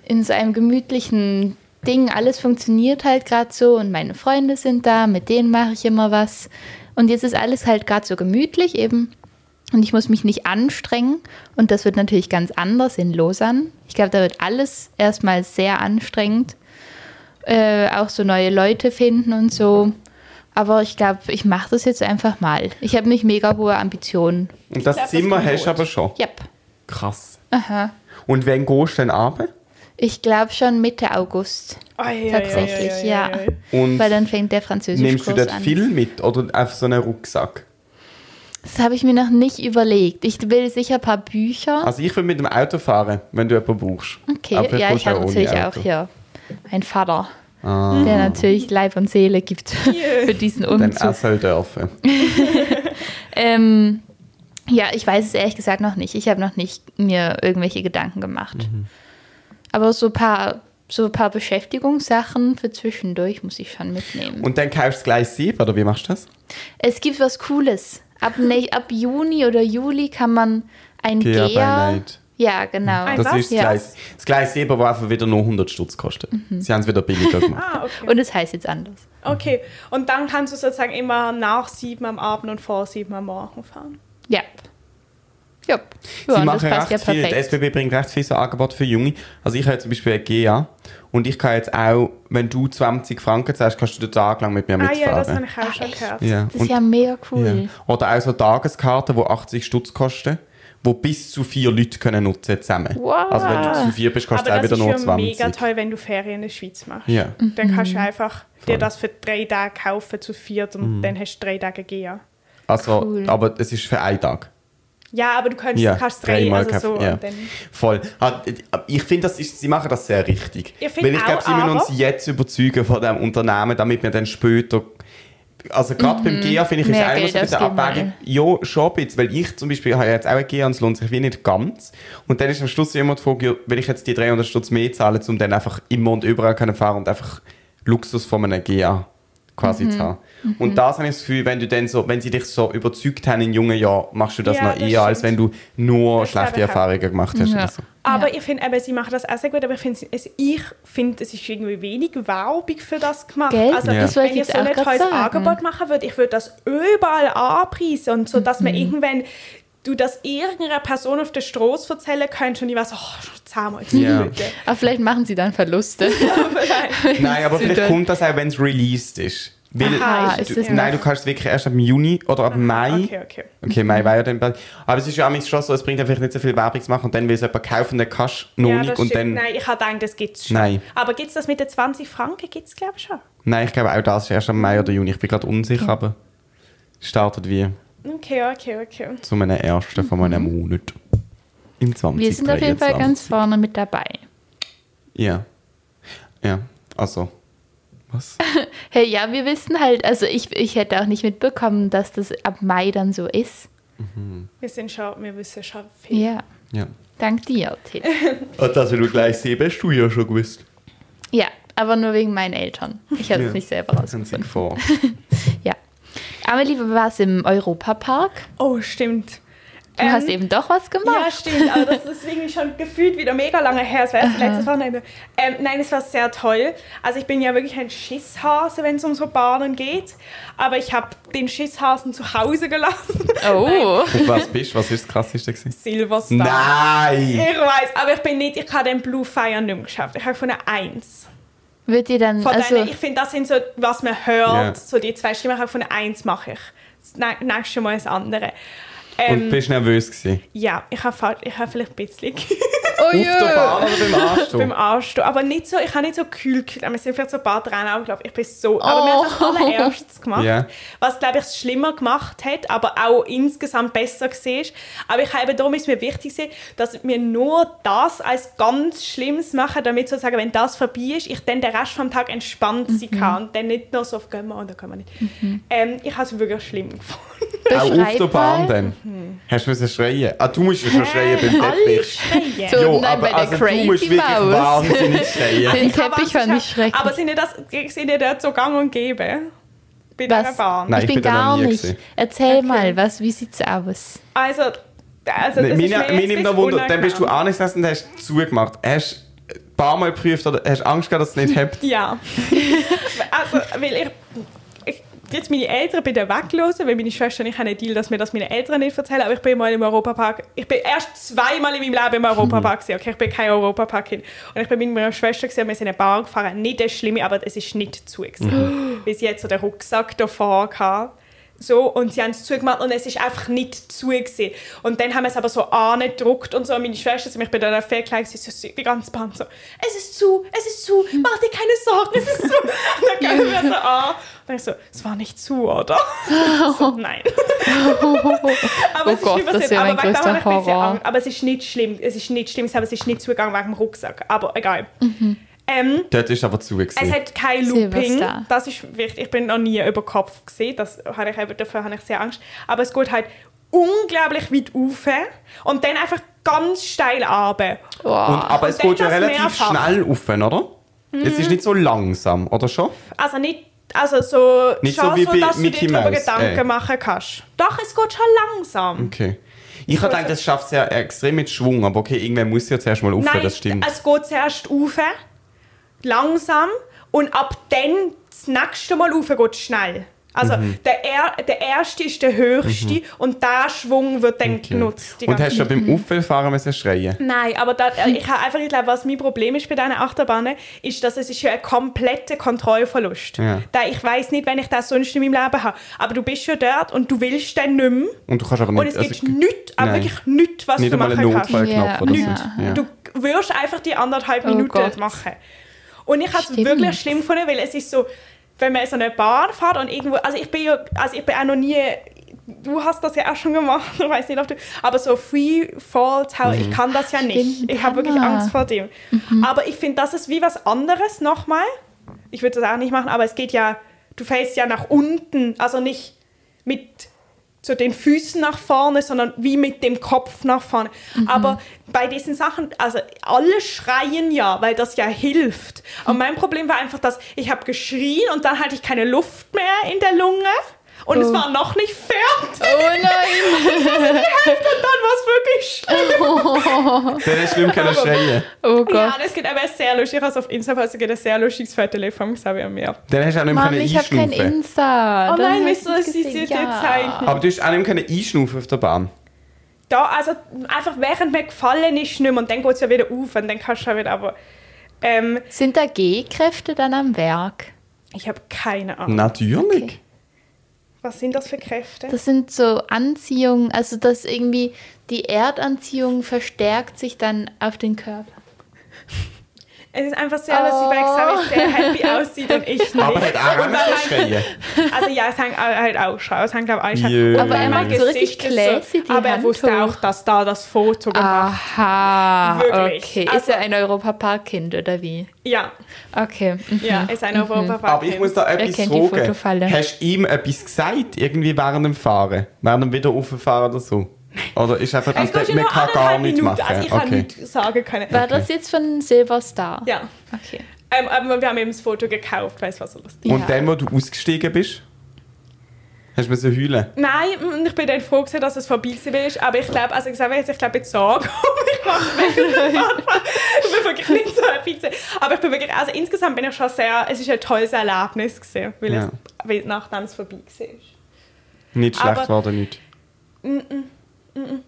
in so einem gemütlichen Ding. Alles funktioniert halt gerade so und meine Freunde sind da, mit denen mache ich immer was. Und jetzt ist alles halt gerade so gemütlich eben. Und ich muss mich nicht anstrengen. Und das wird natürlich ganz anders in Lausanne. Ich glaube, da wird alles erstmal sehr anstrengend äh, auch so neue Leute finden und so. Aber ich glaube, ich mache das jetzt einfach mal. Ich habe nicht mega hohe Ambitionen. Und das glaub, das Zimmer kommt hast du gut. aber schon. Yep. Krass. Aha. Und wann gehst du denn ab? Ich glaube schon Mitte August. Oi, oi, Tatsächlich, oi, oi, ja. oi, oi. Und Weil dann fängt der französische nimmst du Kurs dort an. viel mit oder auf so einen Rucksack? Das habe ich mir noch nicht überlegt. Ich will sicher ein paar Bücher. Also ich würde mit dem Auto fahren, wenn du jemanden brauchst. Ah. Okay, Aber ja, gehst ich habe ohne natürlich auch Auto. hier Ah. einen Vater, Mhm. der natürlich Leib und Seele gibt für diesen Dann Umzug. auch soll dürfen. Ähm, ja, ich weiß es ehrlich gesagt noch nicht. Ich habe noch nicht mir irgendwelche Gedanken gemacht. Mhm. Aber so ein paar, so ein paar Beschäftigungssachen für zwischendurch muss ich schon mitnehmen. Und dann kaufst du gleich sieben, oder wie machst du das? es gibt was Cooles. Ab, ne, ab Juni oder Juli kann man ein Gea... Gea by Night. Ja, genau. Ein Das was? ist das Ja. Mhm. Gleis, das Gleis 7, das einfach wieder nur 100 Stutz kostet. Sie haben es wieder billiger gemacht. Ah, okay. Und es heißt jetzt anders. okay. Und dann kannst du sozusagen immer nach sieben am Abend und vor sieben am Morgen fahren. Ja. Ja. Sie ja und das machen passt recht ja viel. Der perfekt. SBB bringt recht viel so Angebot für Junge. Also ich habe zum Beispiel eine GEA und ich kann jetzt auch, wenn du 20 Franken zahlst, kannst du den Tag lang mit mir Ah ja, das habe mitfahren. ich auch schon echt? gehört. ja, Das ist und, ja mega cool. ja. Oder auch so Tageskarten, die 80 Stutz kosten, wo bis zu vier Leute können nutzen zusammen. Wow. Also wenn du zu vier bist, kannst Aber du auch das wieder ist nur schon mega 20. toll, wenn du Ferien in der Schweiz machst. Ja. Dann kannst du einfach Voll. Mhm. dir das für drei Tage kaufen zu viert und dann hast du drei Tage Gea. Also, Cool. aber es ist für einen Tag. Ja, aber du kannst, Ja, kannst drei, dreimal also so. kaufen, ja. Und dann, Voll. Ah, Ich finde, das ist- sie machen das sehr richtig. Ich find Weil ich glaube, auch, sie müssen uns aber- jetzt überzeugen von dem Unternehmen, damit wir dann später. Also gerade Mhm. beim GEA finde ich, ist Mehr auch immer so Geld ein bisschen ausgeben, Abwägung. Ja, schon ein bisschen. Weil ich zum Beispiel habe ja jetzt auch ein GEA und es lohnt sich wie nicht ganz. Und dann ist am Schluss immer die Frage, ja, will ich jetzt die 300 Stutz mehr zahlen, um dann einfach immer und überall können fahren und einfach Luxus von einem GEA Mhm. quasi zu haben. Und das habe ich das Gefühl, wenn du dann so, wenn sie dich so überzeugt haben in jungen Jahren, machst du das Ja, noch das eher, als wenn stimmt. du nur Das schlechte glaube ich auch. Erfahrungen gemacht hast. Ja. Oder so. Aber Ja. ich finde eben, sie machen das auch sehr gut, aber ich finde, es, ich find, es ist irgendwie wenig Werbung für das gemacht. Gell? Also, Ja. Das wollte wenn ich ich so jetzt ein auch grad tolles sagen. Angebot machen würde, ich würde das überall anpreisen und so, dass Mhm. man irgendwann du das irgendeiner Person auf der Straße erzählen könntest und die war so, oh, schon zehnmal zu Ja. bitte. Aber vielleicht machen sie dann Verluste. Nein, aber vielleicht Süddeutsch. kommt das auch, wenn es released ist. Weil Aha, du, ist es nein, du noch- kannst es wirklich erst ab Juni oder ab Mai. Okay, okay. Okay, Mai Mhm. war ja dann bald. Aber es ist ja manchmal schon so, es bringt ja vielleicht nicht so viel Werbung zu machen und dann will es jemand kaufen, dann kannst du noch Ja, nicht das und stimmt. dann... Nein. Nein, ich habe gedacht, das gibt es schon. Nein. Aber gibt es das mit den 20 Franken? Gibt es, glaube ich, schon. ich glaube auch das ist erst am Mai oder Juni. Ich bin gerade unsicher, aber startet wie Okay, okay, okay. zu meinem ersten von meinem Monat. Im 2023. Mhm. Wir sind auf jeden Fall ganz vorne mit dabei. also. Ja. Ja, also... Was? Hey, ja, wir wissen halt, also ich, ich hätte auch nicht mitbekommen, dass das ab Mai dann so ist. Wir sind schon, wir wissen schon viel. Ja, Ja. dank dir, Tipp. Und dass du gleich siehst, hast du ja schon gewusst. Ja, aber nur wegen meinen Eltern. Ich habe es Ja. nicht selber Sind sie rausgefunden. vor. Ja. Amelie, war es im Europapark? Oh, stimmt. Ähm, Du hast eben doch was Ja, gemacht. stimmt, aber das ist irgendwie schon gefühlt wieder mega lange her. Es war erst letztes Wochenende. Ähm, nein, es war sehr toll. Also ich bin ja wirklich ein Schisshase, wenn es um so Bahnen geht. Aber ich habe den Schisshasen zu Hause gelassen. Oh. Auf was bist du? Was ist das Krasseste? Gewesen? Silverstar. Nein! Ich weiß, aber ich bin nicht, ich habe den Blue Fire nicht mehr geschafft. Ich habe von einer Eins. Wird dir dann. Von Also, denen, ich finde, das sind so, was man hört. Ja. So die zwei Stimmen, ich habe von einer Eins mache ich. Das nä- nächste Mal das andere. Und Ähm, bist du nervös gewesen? ja, ich habe, fa- ich habe vielleicht ein bisschen oh Auf der jö. Bahn oder beim beim Arschstuhl? Arsch. Aber nicht so, ich habe nicht so kühl gekühlt. Mir sind vielleicht so ein paar Tränen abgelaufen. Ich bin so... Aber wir haben das Oh. allererstes gemacht. Ja. Was, glaube ich, es schlimmer gemacht hat, aber auch insgesamt besser war. Aber ich habe darum ist mir wichtig gewesen, dass wir nur das als ganz Schlimmes machen, damit sozusagen, wenn das vorbei ist, ich dann den Rest vom Tag entspannt sein Mhm. kann. Und dann nicht nur so auf «Gehen wir» oder «Gehen wir nicht». Ähm, ich habe es wirklich schlimm gefunden. Auch auf der Beschreib Bahn mal. dann? Hast du müssen schreien? Ah, du musst ja schon schreien beim Teppich. schreien. So, Jo, nein, bei aber der also, du musst Crazy wirklich Maus. wahnsinnig schreien. Den Ich habe Teppich fand ich Angst gehabt. schrecklich. Aber sind ihr das sind ihr dort so gang und gäbe? Bei Was? dieser Bahn? Nein, ich ich bin bin da noch gar nie nicht. gewesen. Erzähl mal, Okay. was, wie sieht's aus? Also, also Nee, das ist mir Mir jetzt mir nimmt ein noch bisschen Wunder, dann bist du unangenehm. angesessen und hast zugemacht. Hast du ein paar Mal geprüft oder hast du Angst gehabt, dass es nicht hebt? Ja. also, weil ich, ich jetzt meine Eltern bin dann weglassen, weil meine Schwester und ich haben einen Deal, dass mir das meine Eltern nicht erzählen, aber ich bin mal im Europapark, ich bin erst zweimal in meinem Leben im Europapark gewesen, okay, ich bin kein Europapark-Kind. Und ich bin mit meiner Schwester gewesen, und wir sind in eine Bar gefahren, nicht das Schlimme, aber es ist nicht zu Mhm. gewesen. Weil sie jetzt so den Rucksack davor hatte. So, und sie haben es zugemacht und es ist einfach nicht zu. Gewesen. Und dann haben wir es aber so angedruckt und so. Und meine Schwester, sie mich bei der Fair gleich, sie so, sie- die ganze Band so, es ist zu, es ist zu, mach dir keine Sorgen, es ist zu. Und dann gehen wir so an. Und dann ich so, es war nicht zu, oder? so, nein. aber es Oh Gott, ist nicht das passiert. wäre Aber mein wegen dem größter habe ich ein bisschen Horror. Angst. Aber es ist nicht schlimm, es ist nicht schlimm, aber es ist nicht zugegangen wegen dem Rucksack. Aber egal. Mhm. Ähm, Dort ist aber zu. es gewesen. hat kein Looping. Silverstar. Das ist wichtig. Ich bin noch nie über Kopf gesehen. Das habe ich eben, dafür habe ich sehr Angst. Aber es geht halt unglaublich weit rauf und dann einfach ganz steil runter. Und, Boah. aber es Und dann geht ja das relativ mehrfach. schnell auf, oder? Es ist nicht so langsam, oder schon? Also nicht, also so Nicht so schon wie bei dass du Mickey dir darüber Mouse, Äh. Gedanken ey. machen kannst. Doch, es geht schon langsam. Okay. Ich habe gedacht, das schafft es ja extrem mit Schwung, aber okay, irgendwer muss ja zuerst mal auf, Nein, also das stimmt. es geht zuerst rauf, langsam und ab dann das nächste Mal rauf geht es schnell. Also Mhm. der, er, der erste ist der höchste und der Schwung wird dann Okay. genutzt. die Und hast ganze du schon beim Auffahren müssen schreien? Nein, aber da, äh, ich habe einfach, ich glaube, was mein Problem ist bei diesen Achterbahnen, ist, dass es ist ja ein kompletter Kontrollverlust. Ja. Da, ich weiß nicht, wenn ich das sonst in meinem Leben habe. Aber du bist schon dort und du willst dann nicht mehr. Und du kannst aber nicht... Und es gibt also, nichts, aber nein. wirklich nichts, was nicht du einmal machen einen kannst. Notfallknopf Ja, oder so. ja. Ja. Du wirst einfach die anderthalb Oh Minuten Gott. machen. Und ich habe es Stimmt. wirklich schlimm gefunden, weil es ist so, wenn man in so eine Bar fährt und irgendwo, also ich bin ja, also ich bin auch noch nie, du hast das ja auch schon gemacht, ich weiß nicht, ob du, aber so Free Fall Tower, ich kann das ja nicht. Stimmt, ich habe wirklich Anna. Angst vor dem. Aber ich finde, das ist wie was anderes nochmal. Ich würde das auch nicht machen, aber es geht ja, du fällst ja nach unten, also nicht mit so den Füßen nach vorne, sondern wie mit dem Kopf nach vorne. Aber bei diesen Sachen, also alle schreien ja, weil das ja hilft. Und mein Problem war einfach, dass ich habe geschrien und dann hatte ich keine Luft mehr in der Lunge und es Oh. war noch nicht fertig. Oh nein. Und dann war es wirklich schlimm. Dann hast du nicht mehr können schreien. Oh Ja, Gott. das geht aber ein sehr lustig. Ich habe es auf Instagram also geht ein sehr lustiges Foto von Xavier Meer. Dann hast du auch nicht mehr Mann, können ich habe kein einschnaufen Insta. Oh Das nein, hab ich wieso nicht ist sie gesehen. dir zeigen? Aber du hast auch nicht mehr können einschnaufen auf der Bahn. Da, also einfach während mir gefallen ist, nicht mehr. Und dann geht es ja wieder auf und dann kannst du ja wieder, aber... Ähm, Sind da G-Kräfte dann am Werk? ich habe keine Ahnung. Natürlich. Okay. Hm. Was sind das für Kräfte? Das sind so Anziehungen, also dass irgendwie die Erdanziehung verstärkt sich dann auf den Körper. es ist einfach sehr lustig, weil Oh. Xavier sehr happy aussieht und ich nicht. Aber hat auch Und dann nicht halt, schreien. also ja, es hängt auch- halt auch schon. Es hängt glaube ich auch Jö. schon. Aber er mein macht so richtig Gesicht ist classy die Ah. Aber er Hand wusste hoch. auch, dass da das Foto gemacht Aha, Wirklich. okay. ist Also- er ein Europapark-Kind oder wie? Ja, Okay. Mhm. ja, ist ein Europa-Park. Aber ich muss da etwas kennt die fragen. Fotofalle. Hast du ihm etwas gesagt, irgendwie während dem Fahren? Während dem wieder rauffahren oder so? Oder ist einfach, es also, geht ja man nur kann gar anderthalb nichts Minuten. machen? Also ich habe okay. nichts sagen können. War das jetzt von Silver Star? Ja. Okay. Ähm, aber wir haben eben das Foto gekauft, weil es war so lustig. Und Ja. dann, wo du ausgestiegen bist? Hast du müssen heulen? Nein, mm, ich bin dann froh, gewesen, dass es vorbei war. Aber ich glaube, also ich sage jetzt, ich glaube, jetzt sage ich mache Ich bin wirklich nicht so ein Pizza. Aber ich bin wirklich, also insgesamt bin ich schon sehr, es ist ein tolles Erlebnis gewesen, weil, Ja. es, weil nachdem es vorbei war. Nicht schlecht Aber- war da nicht.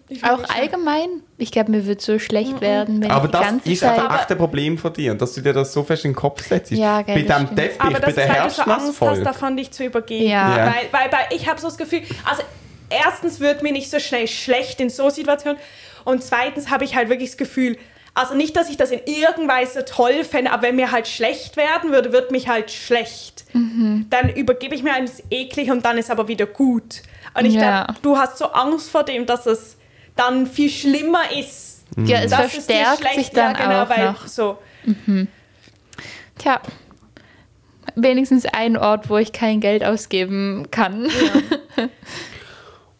Ich Auch finde es allgemein, ich glaube, mir wird so Mhm. schlecht werden, wenn Aber ich die das ganze ist Zeit... einfach echt ein Problem von dir, dass du dir das so fest in den Kopf setzt. Ja, gell, bei das dem stimmt. Teppich, Aber bei das der ist, weil du so Angst hast, Herbstmassfolge. davon dich zu übergeben. Ja. Ja. Weil, weil, weil ich habe so das Gefühl, also erstens wird mir nicht so schnell schlecht in so Situationen und zweitens habe ich halt wirklich das Gefühl, also nicht, dass ich das in irgendeiner Weise toll fände, aber wenn mir halt schlecht werden würde, wird mich halt schlecht. Mhm. Dann übergebe ich mir eines eklig und dann ist aber wieder gut. Und ich Ja. glaube, du hast so Angst vor dem, dass es dann viel schlimmer ist. ja, es dass es dir verstärkt schlecht- sich dann ja, genau, auch weil noch. So. Tja, wenigstens ein Ort, wo ich kein Geld ausgeben kann.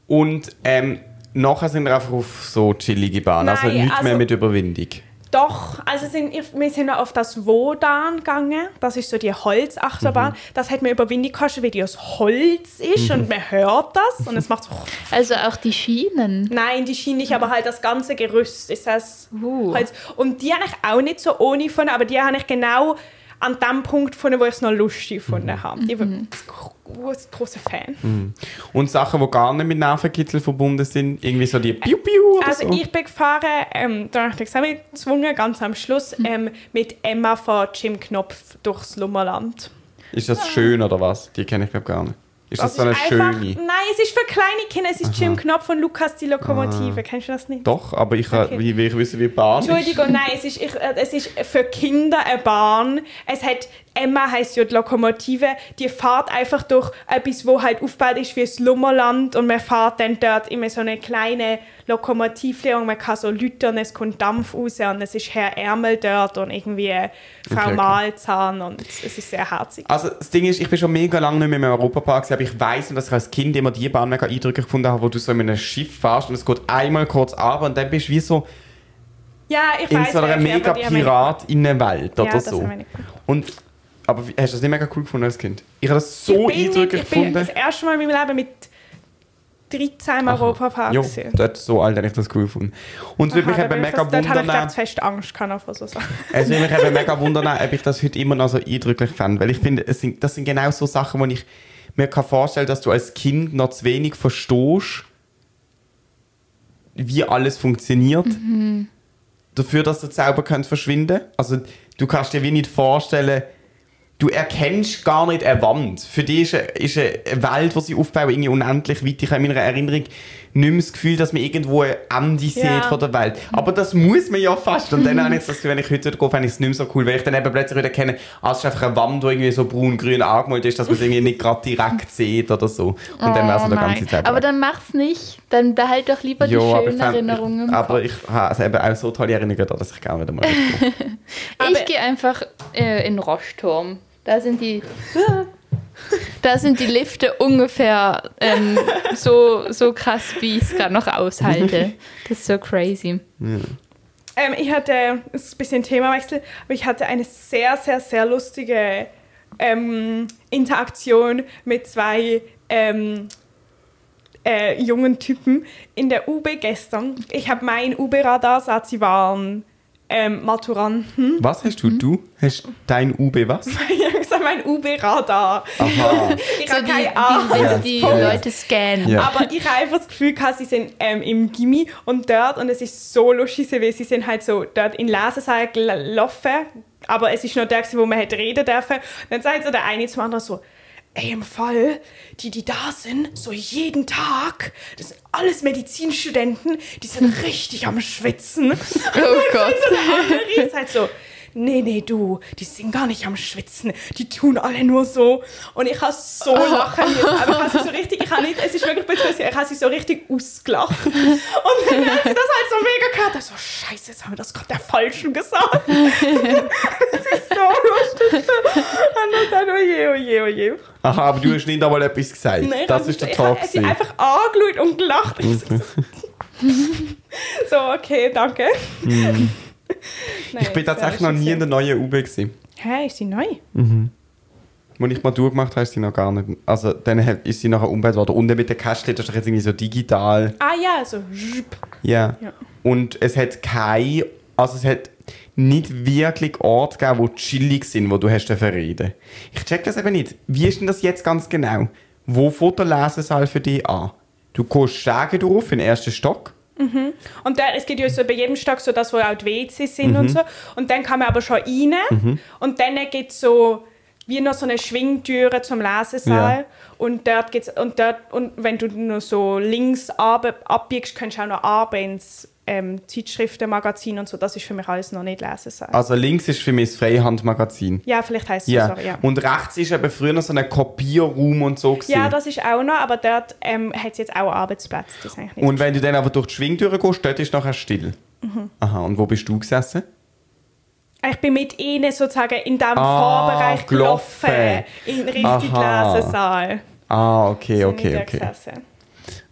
Und ähm, nachher sind wir einfach auf so chillige Bahn. also Nein, nichts also- mehr mit Überwindung. Doch, also sind, wir sind auf das Wodan gegangen. Das ist so die Holzachterbahn. Das hat mir über Windy gekostet, weil die aus Holz ist und man hört das und es macht so. Also auch die Schienen. Nein, die Schiene nicht, aber halt das ganze Gerüst ist das Uh. Holz. Und die habe ich auch nicht so ohne gefunden, aber die habe ich genau an dem Punkt gefunden, wo ich es noch lustig gefunden habe. Ich bin ein großer Fan. Und Sachen, die gar nicht mit Nervenkitzel verbunden sind, irgendwie so die Piu Piu oder Also so. ich bin gefahren, ähm, da habe ich das Examen gezwungen, ganz am Schluss, ähm, mit Emma von Jim Knopf durchs Lummerland. Ist das schön oder was? Die kenne ich glaube gar nicht. Ist das, so eine schöne? Nein, es ist für kleine Kinder. Es ist Jim Knopf und Lukas die Lokomotive. Kennst du das nicht? Ah. Doch, aber ich, kann- Okay. wie, wie ich wissen, wie Bahn ist. Entschuldigung, nein, es ist, ich, äh, es ist für Kinder eine Bahn. Es hat, Emma heißt ja die Lokomotive, die fährt einfach durch etwas, wo halt aufgebaut ist wie das Lummerland und man fährt dann dort immer so eine kleine Lokomotive und man kann so lütern, es kommt Dampf raus und es ist Herr Ärmel dort und irgendwie äh, Frau Okay, okay. Mahlzahn und es ist sehr herzig. Also das Ding ist, ich bin schon mega lange nicht mehr im Europapark, gewesen, aber ich weiß noch, dass ich als Kind immer die Bahn mega eindrücklich gefunden habe, wo du so in einem Schiff fährst und es geht einmal kurz ab und dann bist du wie so Ja, ich in weiß so einer welche, aber mega die haben wir nicht- Pirat in der Welt Ja, oder das so. haben wir nicht gefunden. Und aber wie- hast du das nicht mega cool gefunden als Kind? Ich habe das so ich bin nicht, eindrücklich ich bin gefunden. das erste Mal in meinem Leben mit 13 im Europapark Jo, gesehen. dort so alt, habe ich das cool gefunden. Und es würde mich eben mega Dort habe ich wundern, äh, ganz fest Angst gehabt vor so Sachen. es würde Also, mich eben mega wundern, ob ich das heute immer noch so eindrücklich fände. Weil ich finde, es sind, das sind genau so Sachen, wo ich mir kann vorstellen dass du als Kind noch zu wenig verstehst, wie alles funktioniert. Mhm. Dafür, dass der Zauber könnte verschwinden. Also du kannst dir wie nicht vorstellen, du erkennst gar nicht eine Wand. Für dich ist eine, ist eine Welt, die sie aufbauen, irgendwie unendlich weit. Ich habe in meiner Erinnerung nicht mehr das Gefühl, dass man irgendwo ein Ende sieht von der Welt. Mhm. Aber das muss man ja fast. Und dann habe ich das Gefühl, wenn ich heute gehe, fände ich es nicht mehr so cool, weil ich dann eben plötzlich wieder erkenne, ah, es ist einfach eine Wand, die irgendwie so braun-grün angemalt ist, dass man es irgendwie nicht gerade direkt sieht oder so. Und dann wäre es Oh so der nein. ganze Zeit. Aber dann mach's nicht. Dann behalt doch lieber Jo, die aber ich schönen fand- Erinnerungen. im Ich, aber Kopf. ich habe also eben auch so tolle Erinnerungen, da, dass ich gerne wieder mal ich aber- gehe einfach äh, in den Roschturm. Da sind die. Da sind die Lifte ungefähr ähm, so, so krass, wie ich es gerade noch aushalte. Das ist so crazy. Ähm, ich hatte, es ist ein bisschen Themawechsel, aber ich hatte eine sehr, sehr, sehr lustige ähm, Interaktion mit zwei ähm, äh, jungen Typen in der UB gestern. Ich habe mein UB-Radar, sagt, sie waren ähm, Maturanten. Was hast du? Du hast dein UB was? Ich habe gesagt, mein UB-Radar. Aha. Ich So habe die, keine Ahnung. die, Ja. die, die Ja. Leute scannen. Ja. Aber ich habe einfach das Gefühl, gehabt, sie sind ähm, im Gimmi und dort und es ist so lustig, weil sie sind halt so dort in Lesesaal gelaufen, aber es ist nur der, gewesen, wo man hätte reden dürfen. Und dann sagt so der eine zum anderen so, ey, im Fall, die, die da sind, so jeden Tag, das sind alles Medizinstudenten, die sind richtig am Schwitzen. Oh Gott. Marie ist halt so, nee, nee, du, die sind gar nicht am Schwitzen, die tun alle nur so. Und ich habe so lachen müssen. aber ich habe sie so richtig, ich habe nicht, es ist wirklich betrüßlich, ich habe sie so richtig ausgelacht. Und dann hat sie das halt so mega gehört, ich so, scheiße, jetzt haben wir das gerade der Falschen gesagt. das ist so lustig. Und dann, oh oje, oje, oje. Aha, aber du hast nicht einmal etwas gesagt. Nein, ich das hab- ist der ich hab Talk. Sie einfach angeschaut und gelacht. Ich so, so, okay, danke. Nein, Ich bin sehr tatsächlich noch lustig nie in gewesen. der neuen UB. Gewesen. Hä, ist sie neu? Als ich mal durchgemacht habe, ist sie noch gar nicht. Also dann hat- ist sie nachher umgebaut worden. Unten mit der Kästchen, das ist doch jetzt irgendwie so digital. Ah ja, so. zschp. Ja. Ja. Und es hat kein, also es hat nicht wirklich Orte gegeben, wo chillig sind, wo du hast dürfen reden. Ich check das eben nicht. Wie ist denn das jetzt ganz genau? Wo fährt der Lesesaal für dich an? Du gehst Stege drauf, in den ersten Stock. Und dann, es gibt ja so bei jedem Stock so das, wo auch die WC sind Mhm. und so. Und dann kann man aber schon rein. Und dann gibt es so wie noch so eine Schwingtüre zum Lesesaal. Ja. Und dort geht's, und dort, und wenn du nur so links ab, abbiegst, kannst du auch noch abends ähm, Zeitschriften, Magazin und so. Das ist für mich alles noch nicht Lesesaal. Also links ist für mich das Freihandmagazin. ja, vielleicht heißt es Ja. so, sorry, ja. Und rechts ist eben früher noch so ein Kopierraum und so. Gewesen. Ja, das ist auch noch, aber dort ähm, hat es jetzt auch Arbeitsplätze. Das ist eigentlich nicht und wenn du dann aber durch die Schwingtüre gehst, dort ist nachher still. Mhm. Aha, und wo bist du gesessen? Ich bin mit ihnen sozusagen in diesem Ah, Vorbereich gelaufen. gelaufen. In den richtigen Aha. Lesesaal. Ah, okay, Bin ich okay, da okay. gesessen.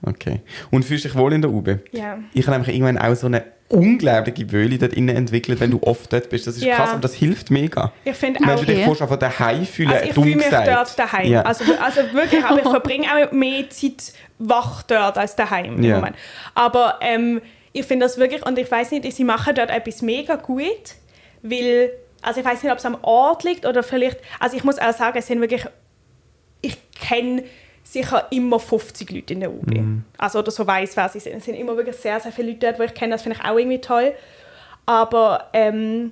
okay. Und fühlst dich wohl in der Ube? Ja. Ich habe nämlich irgendwann auch so eine unglaubliche Wöhle dort innen entwickelt, wenn du oft dort bist. Das ist Ja. krass, aber das hilft mega. Ich finde Wenn auch, du dich Okay. vorstellst, einfach daheim fühlen, also ich dumm fühle mich äh, gesagt. dort daheim. Ja. Also, also wirklich, aber ich verbringe auch mehr Zeit wach dort als daheim im Ja. Moment. Aber ähm, ich finde das wirklich, und ich weiß nicht, sie machen dort etwas mega gut, weil, also ich weiß nicht, ob es am Ort liegt oder vielleicht, also ich muss auch sagen, es sind wirklich ich kenne sicher immer 50 Leute in der UB. Mhm. Also oder so weiß, wer sie sind. Es sind immer wirklich sehr, sehr viele Leute dort, die ich kenne. Das finde ich auch irgendwie toll. Aber ähm,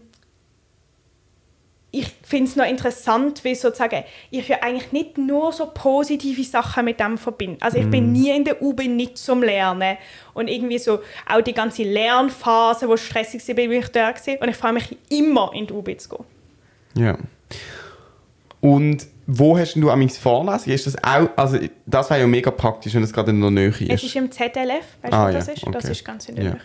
ich finde es noch interessant, weil sozusagen ich ja eigentlich nicht nur so positive Sachen mit dem verbinde. Also ich Mhm. bin nie in der UB nicht zum Lernen. Und irgendwie so auch die ganze Lernphase, wo stressig war, bin ich da. Gewesen. Und ich freue mich immer, in die UB zu gehen. Ja. Und wo hast denn du am Vorlesung? Ist das auch, also das wäre ja mega praktisch, wenn das gerade in der Nähe ist. Es ist im ZLF, weißt du, Ah, wo das ja, ist? Das okay. ist ganz in der Ja. Nähe.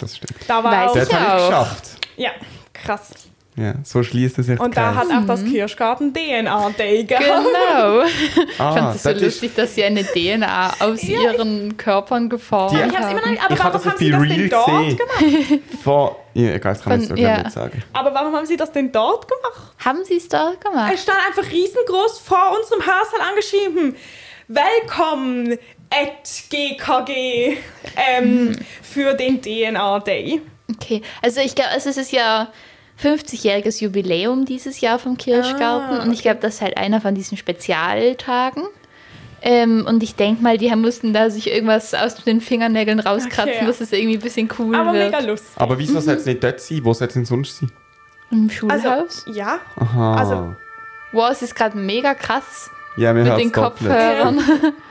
das stimmt. Da war Weiss auch ich. Das habe ich auch. geschafft. Ja, krass. Mhm. Ja, so schließt es sich Und da hat auch das Kirschgarten DNA-Day gehabt. Genau. ich ah, fand es so das ist- lustig, dass sie eine DNA aus Ja, ich- ihren Körpern geformt Die- Ich hab's haben. immer noch nicht, aber Ich hab warum das auf haben sie Be das Real denn dort gesehen. gemacht? Vor, ja, egal, das kann man jetzt Von- so glaub ich ja. nicht sagen. Aber warum haben sie das denn dort gemacht? Haben sie es da gemacht? Es stand einfach riesengroß vor unserem Haarsaal angeschrieben. hm, Welcome at GKG ähm, für den DNA-Day. Okay, also ich glaube, also es ist ja 50-jähriges Jubiläum dieses Jahr vom Kirschgarten Ah, und ich glaube, das ist halt einer von diesen Spezialtagen. Ähm, und ich denke mal, die haben- mussten da sich irgendwas aus den Fingernägeln rauskratzen, Okay. dass es irgendwie ein bisschen cool Aber wird. mega lustig. Aber wieso Mhm. soll es nicht dort sein? Wo soll es denn sonst sein? Im Schulhaus? Also, ja. Aha. Also, wow, es ist gerade mega krass ja, wir mit hören's den ähm, doppelt. Kopfhörern.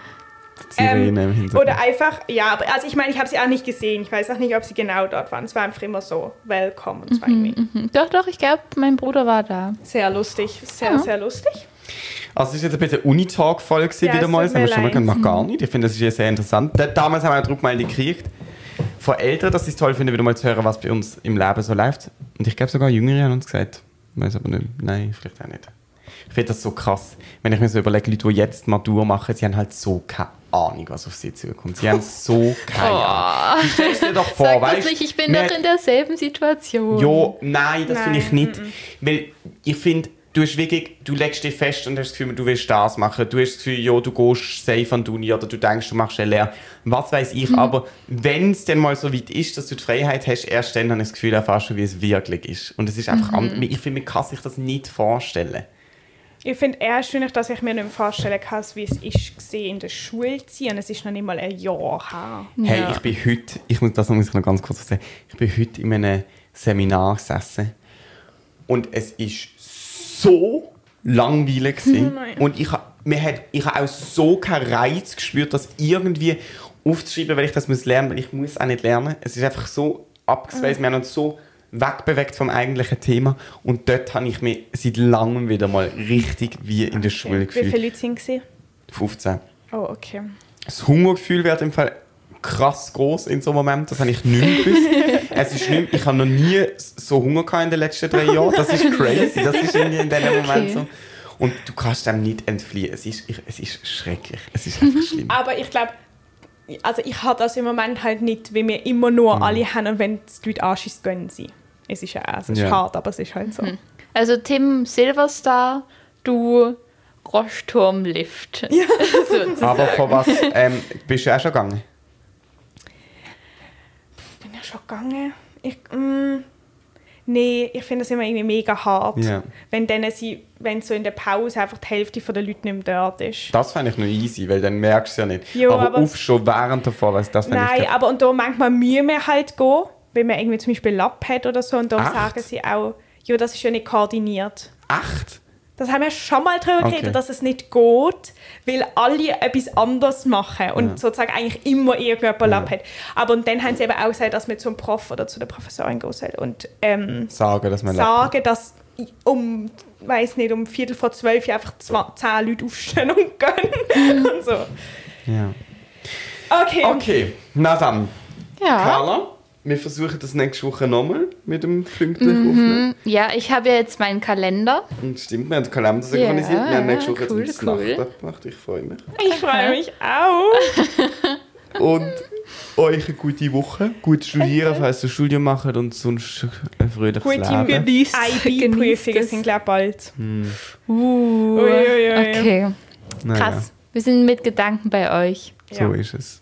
Die Sirene im Hintergrund. Ähm, Oder einfach, ja, aber also ich meine, ich habe sie auch nicht gesehen. Ich weiß auch nicht, ob sie genau dort waren. Es war einfach immer so, welcome. Und zwar irgendwie Mhm. Doch, doch, ich glaube, mein Bruder war da. sehr lustig, sehr, Ja. sehr lustig. Also es ist jetzt ein bisschen Unitalk-Voll gewesen Ja, wieder es mal. tut Das haben wir mir schon mal leid. gemacht. Macht Mhm. gar nicht. Ich finde, das ist ja sehr interessant. Da- Damals haben wir eine Druckmeldung gekriegt von Eltern, dass sie es toll finden, wieder mal zu hören, was bei uns im Leben so läuft. Und ich glaube sogar Jüngere haben uns gesagt. Ich weiß aber nicht. Nein, vielleicht auch nicht. Ich finde das so krass. Wenn ich mir so überlege, Leute, die jetzt Matur machen, sie haben halt so keine Ahnung, was auf sie zukommt. Sie haben so keine Ahnung. Du stellst dir doch vor, Oh. Sag weißt ne das nicht, ich bin wir- noch in derselben Situation. ja, nein, das finde ich Nein, nicht. Weil ich finde, du hast wirklich, du legst dich fest und hast das Gefühl, du willst das machen. Du hast das Gefühl, ja, du gehst safe an die Uni oder du denkst, du machst eine Lehre. Was weiß ich, aber wenn es dann mal so weit ist, dass du die Freiheit hast, erst dann habe ich das Gefühl, erfährst du, wie es wirklich ist. Und es ist einfach, an- ich finde, man kann sich das nicht vorstellen. Ich finde eher schön, dass ich mir nicht mehr vorstellen kann, wie es ist, gesehen in der Schule zu sein. Und es ist noch nicht mal ein Jahr her. Hey, Ja. ich bin heute, ich muss das muss ich noch ganz kurz sagen, ich bin heute in einem Seminar gesessen und es ist so langweilig gewesen. Nein. und ich ha- mir hat, ich habe auch so keinen Reiz gespürt, das irgendwie aufzuschreiben, weil ich das muss lernen, weil ich muss auch nicht lernen. Es ist einfach so abgespeist, wir haben uns so wegbewegt vom eigentlichen Thema und dort habe ich mich seit langem wieder mal richtig wie in der Schule Wie viele gefühlt. Leute sind es? 15 Oh, okay. das Hungergefühl wird im Fall krass groß in so einem Moment. Das habe ich nicht mehr gewusst. es ist nicht mehr, ich habe noch nie so Hunger gehabt in den letzten drei Jahren. Das ist crazy. Das ist irgendwie in diesem Moment so. Und du kannst dem nicht entfliehen. Es ist, ich, es ist schrecklich. Es ist einfach schlimm. Aber ich glaube, also ich habe das im Moment halt nicht, weil wir immer nur Mhm. alle haben und wenn die Leute anschießt, gönnen sie. Es ist ja also es ist Ja. hart, aber es ist halt so. Also Tim Silverstar, Also du Roschturmlift. Ja. Aber von was ähm, bist du auch schon gegangen? bin ja schon gegangen. Ich, mm, nee, ich finde das immer irgendwie mega hart, Ja. wenn, dann sie, wenn so in der Pause einfach die Hälfte von den Leuten nicht mehr dort ist. Das fände ich noch easy, weil dann merkst du es ja nicht. Jo, aber, aber- auf schon während der Vorweis, das fände ich Nein, geil. aber und da manchmal müssen wir halt gehen, wenn man irgendwie zum Beispiel Lapp hat oder so und da Echt? sagen sie auch, ja, das ist ja nicht koordiniert. Acht? Das haben wir schon mal darüber Okay. geredet, dass es nicht geht, weil alle etwas anderes machen und Ja. sozusagen eigentlich immer irgendjemand Lapp Ja. hat. Aber und dann haben sie eben auch gesagt, dass man zum Prof oder zu der Professorin gehen soll und ähm, Sagen, dass man lacht. sagen, dass ich um, weiß nicht, um Viertel vor zwölf einfach zwa- zehn Leute aufstehen und gehen. und so. Ja. Okay. Okay, na dann. Ah. Ja. Carla, wir versuchen das nächste Woche nochmal mit dem Mhm. pünktlichen Aufnehmen. Ja, ich habe ja jetzt meinen Kalender. Und stimmt, wir haben den Kalender Ja, synchronisiert. wir haben nächste ja, Woche cool, jetzt cool. cool. Nacht gemacht. Ich freue mich. Ich freue mich auch. Und euch eine gute Woche. Gut studieren, falls ihr Studium macht. Und sonst ein fröhliches Gute Leben. Genießt. IB-Prüfungen sind, glaube ich, bald. Uh, Uiuiui. okay. Naja, Krass. Wir sind mit Gedanken bei euch. So Ja. ist es.